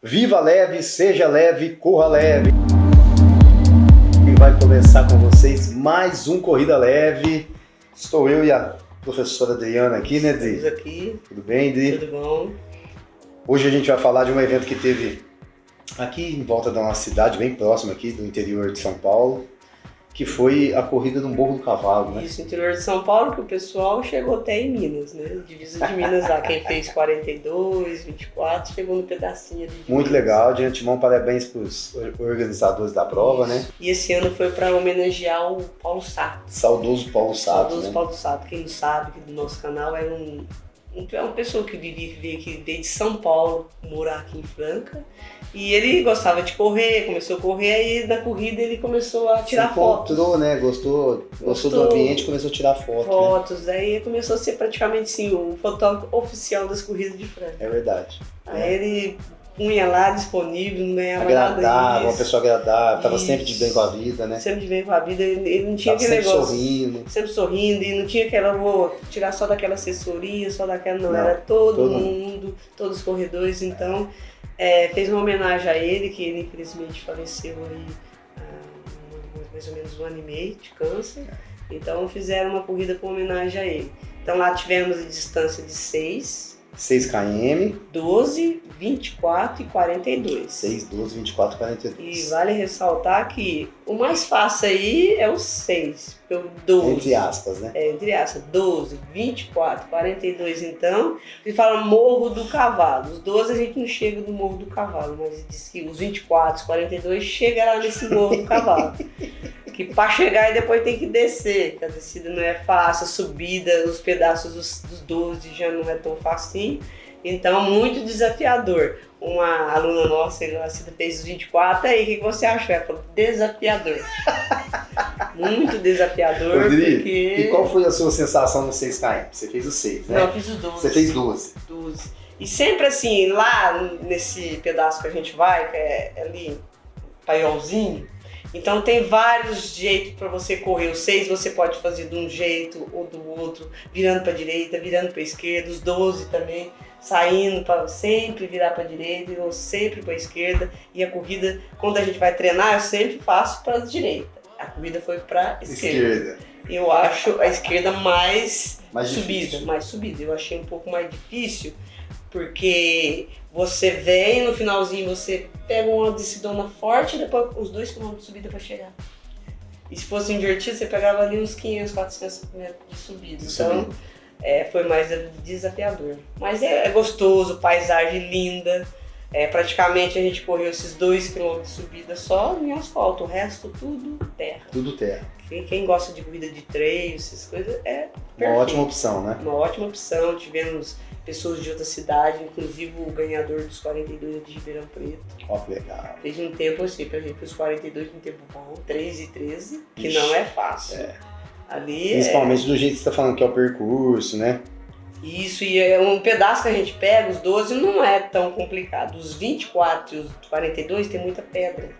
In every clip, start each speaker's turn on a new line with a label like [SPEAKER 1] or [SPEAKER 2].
[SPEAKER 1] Viva leve, seja leve, corra leve. E vai começar com vocês mais um Corrida Leve. Estou eu e a professora Adriana aqui, né,
[SPEAKER 2] Estamos
[SPEAKER 1] Dri?
[SPEAKER 2] aqui,
[SPEAKER 1] Tudo bem, Dri?
[SPEAKER 2] tudo bom?
[SPEAKER 1] Hoje a gente vai falar de um evento que teve aqui em volta da nossa cidade, bem próximo aqui do interior de São Paulo, que foi a corrida do Morro do Cavalo, né?
[SPEAKER 2] Isso, interior de São Paulo, que o pessoal chegou até em Minas, né? Divisa de Minas lá, quem fez 42, 24, chegou no pedacinho ali. de
[SPEAKER 1] Muito
[SPEAKER 2] Minas.
[SPEAKER 1] legal, de antemão parabéns para os organizadores da prova, né?
[SPEAKER 2] E esse ano foi para homenagear o Paulo Sato.
[SPEAKER 1] Saudoso Paulo Sato,
[SPEAKER 2] Saudoso
[SPEAKER 1] né?
[SPEAKER 2] Paulo Sato, quem não sabe, que do nosso canal é um. um- É uma pessoa que vive, vive aqui desde São Paulo, morar aqui em Franca. E ele gostava de correr, começou a correr, aí na corrida ele começou a tirar
[SPEAKER 1] Se
[SPEAKER 2] fotos.
[SPEAKER 1] encontrou, né? Gostou, gostou, do
[SPEAKER 2] Gostou.
[SPEAKER 1] ambiente, começou a tirar foto. né?
[SPEAKER 2] fotos, aí começou a ser praticamente sim, o fotógrafo oficial das corridas de Franca.
[SPEAKER 1] É verdade.
[SPEAKER 2] Aí ele punha lá disponível, não ganhava nada
[SPEAKER 1] agradável, uma
[SPEAKER 2] disso.
[SPEAKER 1] pessoa agradável, estava
[SPEAKER 2] É Isso.
[SPEAKER 1] sempre de bem com a vida, né?
[SPEAKER 2] Sempre bem com a vida, ele ele não tinha
[SPEAKER 1] Tava
[SPEAKER 2] aquele
[SPEAKER 1] sempre
[SPEAKER 2] negócio.
[SPEAKER 1] sorrindo.
[SPEAKER 2] Sempre sorrindo, e não tinha aquela, vou tirar só daquela assessoria, só daquela, não,
[SPEAKER 1] Não,
[SPEAKER 2] era todo,
[SPEAKER 1] todo
[SPEAKER 2] mundo, todos os corredores, então é, fez uma homenagem a ele, que ele infelizmente faleceu aí há um- mais ou menos um ano e meio de câncer, então fizeram uma corrida com homenagem a ele. Então lá tivemos a distância de 6,
[SPEAKER 1] 6 km,
[SPEAKER 2] 12, 24 e 42.
[SPEAKER 1] 6, 12, 24,
[SPEAKER 2] E
[SPEAKER 1] 42.
[SPEAKER 2] vale ressaltar que o mais fácil aí é o 6, porque o 12.
[SPEAKER 1] Entre aspas, né?
[SPEAKER 2] É, entre aspas, 12, 24, 42 então. Ele fala Morro do Cavalo. Os 12 a gente não chega no Morro do Cavalo, mas ele diz que os 24, os 42 chega lá nesse Morro do Cavalo. que para chegar e depois tem que descer, que a descida não é fácil, a subida, os pedaços dos, dos 12 já não é tão facinho. Então, muito desafiador. Uma aluna nossa, a Cida fez os 24, aí o que que você achou? Ela falou, desafiador. muito desafiador,
[SPEAKER 1] Rodrigo,
[SPEAKER 2] porque...
[SPEAKER 1] E qual foi a sua sensação no 6 km? Você fez o 6,
[SPEAKER 2] É. Não,
[SPEAKER 1] né?
[SPEAKER 2] eu fiz o 12.
[SPEAKER 1] Você fez 12.
[SPEAKER 2] 12. E sempre assim, lá nesse pedaço que a gente vai, que é ali, paiolzinho, então tem vários jeitos para você correr. Os seis você pode fazer de um jeito ou do outro, virando para direita, virando para esquerda, os 12 também, saindo para sempre virar para direita ou sempre para esquerda. E a corrida, quando a gente vai treinar, eu sempre faço para direita. A corrida foi para esquerda.
[SPEAKER 1] Esquerda.
[SPEAKER 2] Eu acho a esquerda mais
[SPEAKER 1] Mais
[SPEAKER 2] subida,
[SPEAKER 1] difícil.
[SPEAKER 2] mais subida. Eu achei um pouco mais difícil, porque você vem no finalzinho, você pega uma descidona forte e depois os dois quilômetros de subida para chegar. E se fosse invertido, você pegava ali uns 500, 400 metros de subida.
[SPEAKER 1] De
[SPEAKER 2] Então, é, foi mais desafiador. Mas é, é gostoso, paisagem linda. É, praticamente a gente correu esses dois quilômetros de subida só em asfalto, o resto tudo terra.
[SPEAKER 1] Tudo terra.
[SPEAKER 2] Quem, quem gosta de corrida de trail, essas coisas, é
[SPEAKER 1] Uma
[SPEAKER 2] perfeito
[SPEAKER 1] ótima opção, né?
[SPEAKER 2] uma ótima opção. Tivemos pessoas de outra cidade, inclusive o ganhador dos 42 é de Ribeirão Preto.
[SPEAKER 1] Ó, que legal.
[SPEAKER 2] Fez um tempo assim pra gente, os 42 um tempo bom, 3 e 13, que
[SPEAKER 1] Ixi,
[SPEAKER 2] não é fácil. Ali é
[SPEAKER 1] Principalmente do jeito que você tá falando, que é o percurso, né?
[SPEAKER 2] isso, e é um pedaço que a gente pega, os 12 não é tão complicado. Os 24 e os 42 tem muita pedra.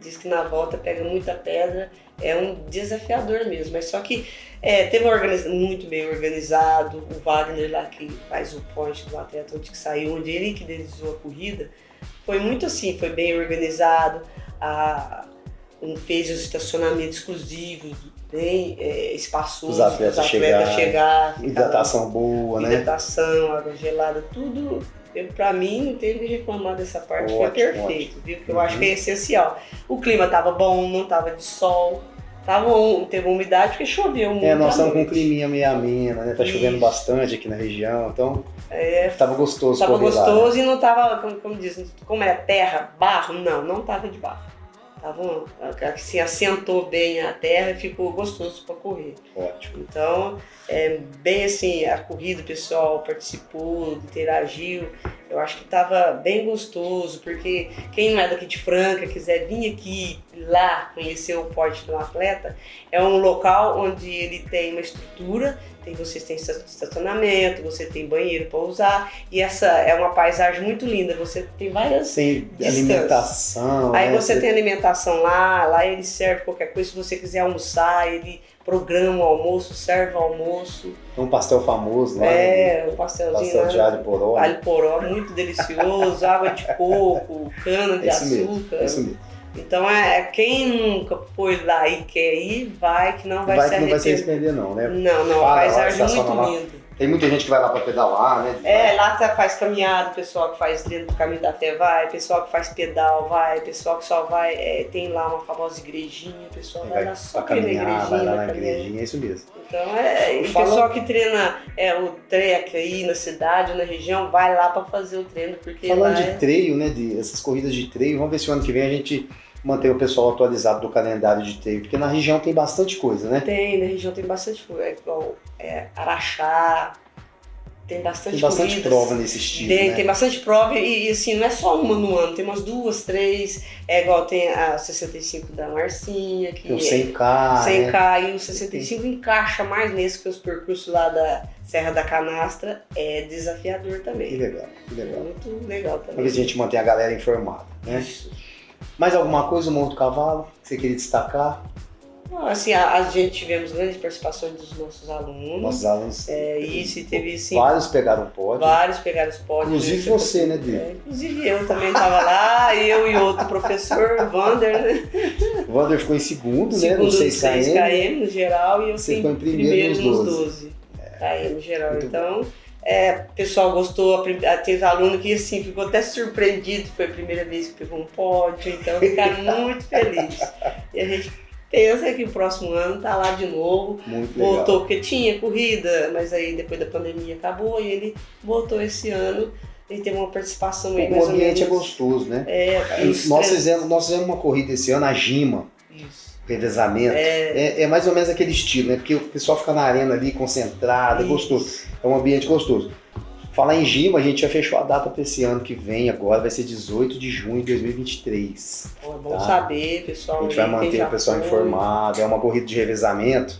[SPEAKER 2] Diz que na volta pega muita pedra, é um desafiador mesmo. Mas só que é, teve um organiza- muito bem organizado, o Wagner lá que faz o point do atleta onde que saiu, onde ele que deslizou a corrida, foi muito assim, foi bem organizado, a, um, fez os estacionamentos exclusivos, bem é, espaçoso,
[SPEAKER 1] Os atletas tá chegar,
[SPEAKER 2] chegar ficar-
[SPEAKER 1] Hidratação boa, né?
[SPEAKER 2] hidratação, água gelada, tudo. Eu, pra mim, não teve que reclamar dessa parte.
[SPEAKER 1] Ótimo, Uhum.
[SPEAKER 2] Foi perfeito, viu? Que eu acho que é essencial. O clima tava bom, não tava de sol. Tava, um- teve umidade porque choveu muito.
[SPEAKER 1] É, nós
[SPEAKER 2] à
[SPEAKER 1] estamos com um
[SPEAKER 2] noite.
[SPEAKER 1] climinha meio ameno, né? Tá chovendo
[SPEAKER 2] Isso.
[SPEAKER 1] bastante aqui na região, então
[SPEAKER 2] É,
[SPEAKER 1] tava gostoso
[SPEAKER 2] tava
[SPEAKER 1] correr lá, né?
[SPEAKER 2] gostoso e não tava, como, como diz, como é terra, barro? Não, não tava de barro. Tava, um- assim, assentou bem a terra e ficou gostoso pra correr.
[SPEAKER 1] Ótimo.
[SPEAKER 2] Então, é bem assim, a corrida, o pessoal participou, interagiu. Eu acho que tava bem gostoso, porque quem não é daqui de Franca, quiser vir aqui lá conhecer o porte do atleta, é um local onde ele tem uma estrutura, tem vocês têm esta- estacionamento, você tem banheiro para usar, e essa é uma paisagem muito linda. Você tem várias
[SPEAKER 1] Sem
[SPEAKER 2] Distância.
[SPEAKER 1] alimentação.
[SPEAKER 2] Aí
[SPEAKER 1] né?
[SPEAKER 2] você tem alimentação lá, lá ele serve qualquer coisa, se você quiser almoçar, ele programa o almoço, serve o almoço.
[SPEAKER 1] Tem um pastel famoso lá. né?
[SPEAKER 2] é, um pastelzinho
[SPEAKER 1] Pastel de
[SPEAKER 2] lá.
[SPEAKER 1] alho poró. né?
[SPEAKER 2] Alho poró, muito delicioso, água de coco, cana de
[SPEAKER 1] É isso mesmo,
[SPEAKER 2] açúcar.
[SPEAKER 1] É isso mesmo.
[SPEAKER 2] Então é quem nunca foi lá e quer ir, vai que não vai,
[SPEAKER 1] Vai,
[SPEAKER 2] se
[SPEAKER 1] que não vai se
[SPEAKER 2] arrepender.
[SPEAKER 1] arrepender não, né?
[SPEAKER 2] Não, não,
[SPEAKER 1] Para
[SPEAKER 2] a
[SPEAKER 1] lá,
[SPEAKER 2] paisagem é
[SPEAKER 1] estaciona lá.
[SPEAKER 2] muito linda.
[SPEAKER 1] Tem muita gente que vai lá pra pedalar, né?
[SPEAKER 2] É, lá você faz caminhada, o pessoal que faz dentro do caminho da fé vai, o pessoal que faz pedal vai, o pessoal que só vai, é, tem lá uma famosa igrejinha, o pessoal
[SPEAKER 1] Quem
[SPEAKER 2] vai,
[SPEAKER 1] vai
[SPEAKER 2] lá só
[SPEAKER 1] pra
[SPEAKER 2] pra ir na
[SPEAKER 1] caminhar,
[SPEAKER 2] igrejinha.
[SPEAKER 1] vai lá
[SPEAKER 2] vai
[SPEAKER 1] na
[SPEAKER 2] caminhar.
[SPEAKER 1] igrejinha, é isso mesmo.
[SPEAKER 2] Então é, e o
[SPEAKER 1] Fala-
[SPEAKER 2] pessoal que treina é, o trek aí na cidade ou na região, vai lá pra fazer o treino, porque
[SPEAKER 1] Falando
[SPEAKER 2] lá
[SPEAKER 1] de
[SPEAKER 2] é...
[SPEAKER 1] treio, né? De essas corridas de treio, vamos ver se o ano que vem a gente mantém o pessoal atualizado do calendário de treio, porque na região tem bastante coisa, né?
[SPEAKER 2] Tem, na região tem bastante coisa, é igual é, Araxá, tem bastante
[SPEAKER 1] Tem bastante
[SPEAKER 2] corridas.
[SPEAKER 1] prova nesse estilo,
[SPEAKER 2] Tem,
[SPEAKER 1] né?
[SPEAKER 2] tem bastante prova e, e, assim, não é só uma no ano, tem umas duas, três, é igual tem a 65 da Marcinha, que
[SPEAKER 1] Tem o
[SPEAKER 2] é
[SPEAKER 1] 100K,
[SPEAKER 2] 100K
[SPEAKER 1] né?
[SPEAKER 2] e o 65 encaixa mais nesse, porque os percursos lá da Serra da Canastra é desafiador
[SPEAKER 1] Que
[SPEAKER 2] também. É
[SPEAKER 1] legal, que legal.
[SPEAKER 2] Muito legal
[SPEAKER 1] Pra
[SPEAKER 2] também.
[SPEAKER 1] ver se a gente mantém a galera informada, né?
[SPEAKER 2] Isso.
[SPEAKER 1] Mais alguma coisa, um outro cavalo que você queria destacar?
[SPEAKER 2] Não, assim, a, a gente tivemos grandes participações dos nossos alunos.
[SPEAKER 1] Nossos alunos,
[SPEAKER 2] É, isso, e teve assim,
[SPEAKER 1] vários pegaram pódio.
[SPEAKER 2] vários pegaram os pódios.
[SPEAKER 1] Inclusive
[SPEAKER 2] né?
[SPEAKER 1] você, né, Dê?
[SPEAKER 2] É, inclusive eu também estava lá, eu e outro professor, o Vander, né?
[SPEAKER 1] O Wander ficou em segundo, né?
[SPEAKER 2] segundo
[SPEAKER 1] No
[SPEAKER 2] no
[SPEAKER 1] 6
[SPEAKER 2] 6
[SPEAKER 1] km
[SPEAKER 2] km no geral e eu
[SPEAKER 1] Você
[SPEAKER 2] fui
[SPEAKER 1] ficou em primeiro nos
[SPEAKER 2] 12 km no geral.
[SPEAKER 1] É, muito
[SPEAKER 2] então, é, o pessoal gostou, a prim- a- teve aluno que assim, ficou até surpreendido, foi a primeira vez que pegou um pódio, então ficaram muito felizes. E a gente pensa que o próximo ano tá lá de novo.
[SPEAKER 1] Muito legal.
[SPEAKER 2] Voltou porque tinha corrida, mas aí depois da pandemia acabou e ele voltou esse ano e teve uma participação aí mais
[SPEAKER 1] O
[SPEAKER 2] ou
[SPEAKER 1] ambiente é
[SPEAKER 2] menos.
[SPEAKER 1] gostoso, né?
[SPEAKER 2] É, uns
[SPEAKER 1] Nós
[SPEAKER 2] três-
[SPEAKER 1] fizemos, nós fizemos uma corrida esse ano, a Gima,
[SPEAKER 2] Isso.
[SPEAKER 1] revezamento. É, é mais ou menos aquele estilo, né? Porque o pessoal fica na arena ali, concentrado, é gostoso.
[SPEAKER 2] Isso.
[SPEAKER 1] É um ambiente gostoso. Falar em Gima, a gente já fechou a data para esse ano que vem agora, vai ser 18 de junho de 2023.
[SPEAKER 2] Pô, é bom
[SPEAKER 1] Tá.
[SPEAKER 2] saber, pessoal.
[SPEAKER 1] A gente
[SPEAKER 2] aí,
[SPEAKER 1] vai
[SPEAKER 2] quem
[SPEAKER 1] manter
[SPEAKER 2] já
[SPEAKER 1] o pessoal
[SPEAKER 2] foi.
[SPEAKER 1] informado. É uma corrida de revezamento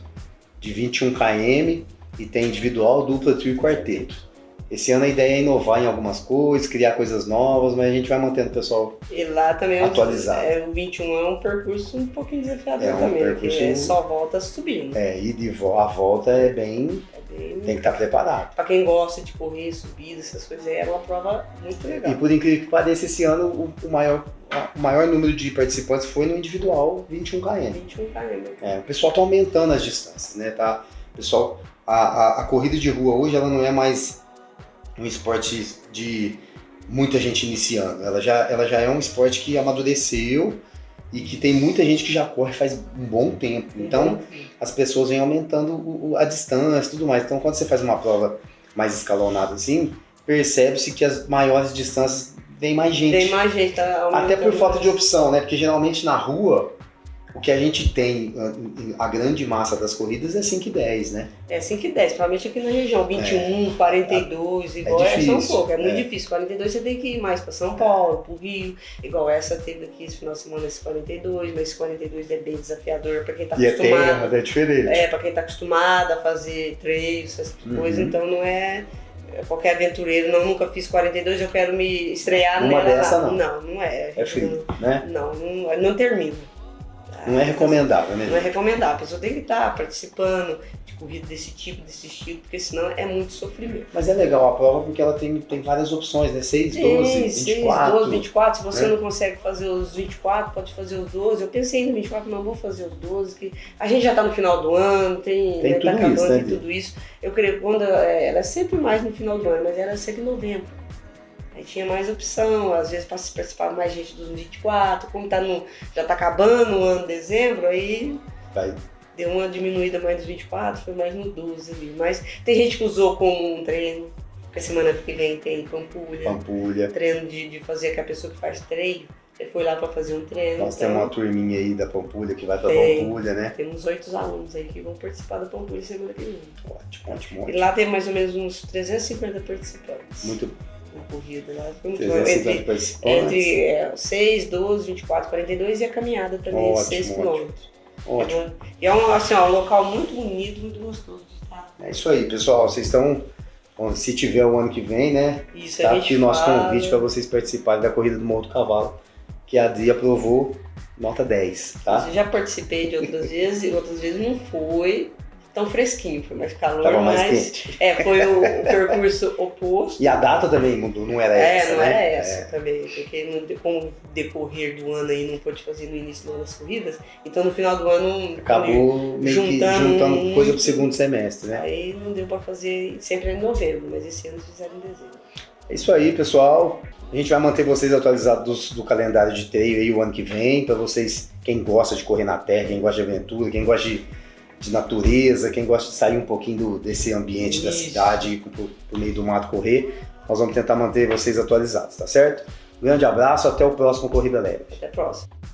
[SPEAKER 1] de 21 km e tem individual, dupla, trio e quarteto. Esse ano a ideia é inovar em algumas coisas, criar coisas novas, mas a gente vai mantendo o pessoal.
[SPEAKER 2] E lá também é um-
[SPEAKER 1] Atualizado.
[SPEAKER 2] É, o 21 é um percurso um pouquinho desafiador
[SPEAKER 1] É um
[SPEAKER 2] também,
[SPEAKER 1] percurso-
[SPEAKER 2] porque só volta subindo.
[SPEAKER 1] É, e de vo- a volta é bem.
[SPEAKER 2] É bem-
[SPEAKER 1] tem que estar preparado.
[SPEAKER 2] Pra quem gosta de correr, subida, essas coisas, é uma prova muito
[SPEAKER 1] E
[SPEAKER 2] legal.
[SPEAKER 1] por incrível que pareça, esse ano o, o maior, a- o maior número de participantes foi no individual 21 km.
[SPEAKER 2] 21 km.
[SPEAKER 1] É, o pessoal está aumentando as distâncias, né? Tá? O pessoal, a, a, a corrida de rua hoje ela não é mais um esporte de muita gente iniciando. Ela já, ela já é um esporte que amadureceu e que tem muita gente que já corre faz um bom tempo. Então as pessoas vêm aumentando o- o- a distância e tudo mais. Então quando você faz uma prova mais escalonada assim, percebe-se que as maiores distâncias vem mais gente.
[SPEAKER 2] tem mais gente. Tá
[SPEAKER 1] Até por
[SPEAKER 2] aumentando.
[SPEAKER 1] falta de opção, né? Porque geralmente na rua, o que a gente tem, a a grande massa das corridas é 5 e 10, né?
[SPEAKER 2] É 5 e 10, principalmente aqui na região. 21, 42, igual essa é um
[SPEAKER 1] É. difícil,
[SPEAKER 2] pouco. É muito
[SPEAKER 1] é.
[SPEAKER 2] difícil. 42 você tem que ir mais pra São Paulo, pro Rio. Igual essa teve aqui esse final de semana, esse 42. Mas esse 42 é bem desafiador pra quem tá acostumado.
[SPEAKER 1] é diferente.
[SPEAKER 2] É, pra quem tá acostumado a fazer treinos, essas
[SPEAKER 1] Uhum.
[SPEAKER 2] coisas. Então não é é qualquer aventureiro. Não, nunca fiz 42, eu quero me estrear
[SPEAKER 1] Uma
[SPEAKER 2] nela lá.
[SPEAKER 1] dessa, não.
[SPEAKER 2] Não, não é. A gente
[SPEAKER 1] É frio, né?
[SPEAKER 2] Não, não, não, não termina. Tá?
[SPEAKER 1] Não é recomendável, né?
[SPEAKER 2] Não é recomendável, a pessoa tem que estar participando de corrida desse tipo, desse estilo, porque senão é muito sofrimento.
[SPEAKER 1] Mas é legal a prova porque ela tem, tem várias opções, né? 6, 12,
[SPEAKER 2] 6,
[SPEAKER 1] 24.
[SPEAKER 2] 12, 24, se você
[SPEAKER 1] né?
[SPEAKER 2] não consegue fazer os 24, pode fazer os 12. Eu pensei no 24, não vou fazer os 12, que a gente já tá no final do ano, tem,
[SPEAKER 1] Tem
[SPEAKER 2] né,
[SPEAKER 1] tudo
[SPEAKER 2] tá acabando,
[SPEAKER 1] isso, né,
[SPEAKER 2] tem
[SPEAKER 1] Bia?
[SPEAKER 2] tudo isso. Eu creio que quando é, era sempre mais no final do ano, mas era sempre em novembro. Aí tinha mais opção, às vezes partic- participava mais gente dos 24, como tá no, já tá acabando o ano, dezembro, aí
[SPEAKER 1] Vai.
[SPEAKER 2] Deu uma diminuída mais nos 24, foi mais no 12 ali. Mas tem gente que usou como um treino, porque semana que vem tem Pampulha.
[SPEAKER 1] Pampulha.
[SPEAKER 2] Treino de, de fazer que a pessoa que faz treino, você foi lá pra fazer um treino.
[SPEAKER 1] Nós
[SPEAKER 2] então,
[SPEAKER 1] temos uma turminha aí da Pampulha que vai pra
[SPEAKER 2] Tem.
[SPEAKER 1] Pampulha, né?
[SPEAKER 2] Temos oito alunos aí que vão participar da Pampulha semana que vem.
[SPEAKER 1] Ótimo, ótimo,
[SPEAKER 2] E
[SPEAKER 1] ótimo.
[SPEAKER 2] lá tem mais ou menos uns 350 participantes
[SPEAKER 1] Muito
[SPEAKER 2] na corrida. Lá foi muito bom. Entre,
[SPEAKER 1] 350 participantes.
[SPEAKER 2] entre é, 6, 12, 24, 42 e a caminhada também,
[SPEAKER 1] Ótimo,
[SPEAKER 2] 6
[SPEAKER 1] ótimo.
[SPEAKER 2] quilômetros.
[SPEAKER 1] Ótimo.
[SPEAKER 2] E é um, assim, ó, um local muito bonito, muito gostoso de estar.
[SPEAKER 1] É isso aí, pessoal. Vocês estão. bom, Se tiver o ano que vem, né?
[SPEAKER 2] Isso, Então a
[SPEAKER 1] Tá
[SPEAKER 2] gente
[SPEAKER 1] aqui o nosso
[SPEAKER 2] fala.
[SPEAKER 1] convite para vocês participarem da corrida do Morro do Cavalo, que a Adri aprovou nota 10, tá?
[SPEAKER 2] Eu já participei de outras vezes e outras vezes não foi tão fresquinho, foi mais calor,
[SPEAKER 1] Tava mais
[SPEAKER 2] mas
[SPEAKER 1] quente.
[SPEAKER 2] é, foi o, o percurso oposto.
[SPEAKER 1] E a data também mudou, não era
[SPEAKER 2] É,
[SPEAKER 1] essa,
[SPEAKER 2] não
[SPEAKER 1] né?
[SPEAKER 2] era essa também, porque no, de- com o decorrer do ano aí não pôde fazer no início do ano as corridas, então no final do ano
[SPEAKER 1] Acabou meio
[SPEAKER 2] Juntando
[SPEAKER 1] que juntando
[SPEAKER 2] um-
[SPEAKER 1] coisa pro segundo semestre, né?
[SPEAKER 2] aí não deu pra fazer sempre é em novembro, mas esse ano fizeram em dezembro.
[SPEAKER 1] É isso aí, pessoal. A gente vai manter vocês atualizados do, do calendário de treino aí o ano que vem, para vocês, quem gosta de correr na terra, quem gosta de aventura, quem gosta de, de natureza, quem gosta de sair um pouquinho do- desse ambiente da
[SPEAKER 2] Isso.
[SPEAKER 1] cidade e ir pro, pro meio do mato correr. Nós Um vamos tentar manter vocês atualizados, tá certo? Grande abraço, até o próximo Corrida Leve.
[SPEAKER 2] Até a próxima.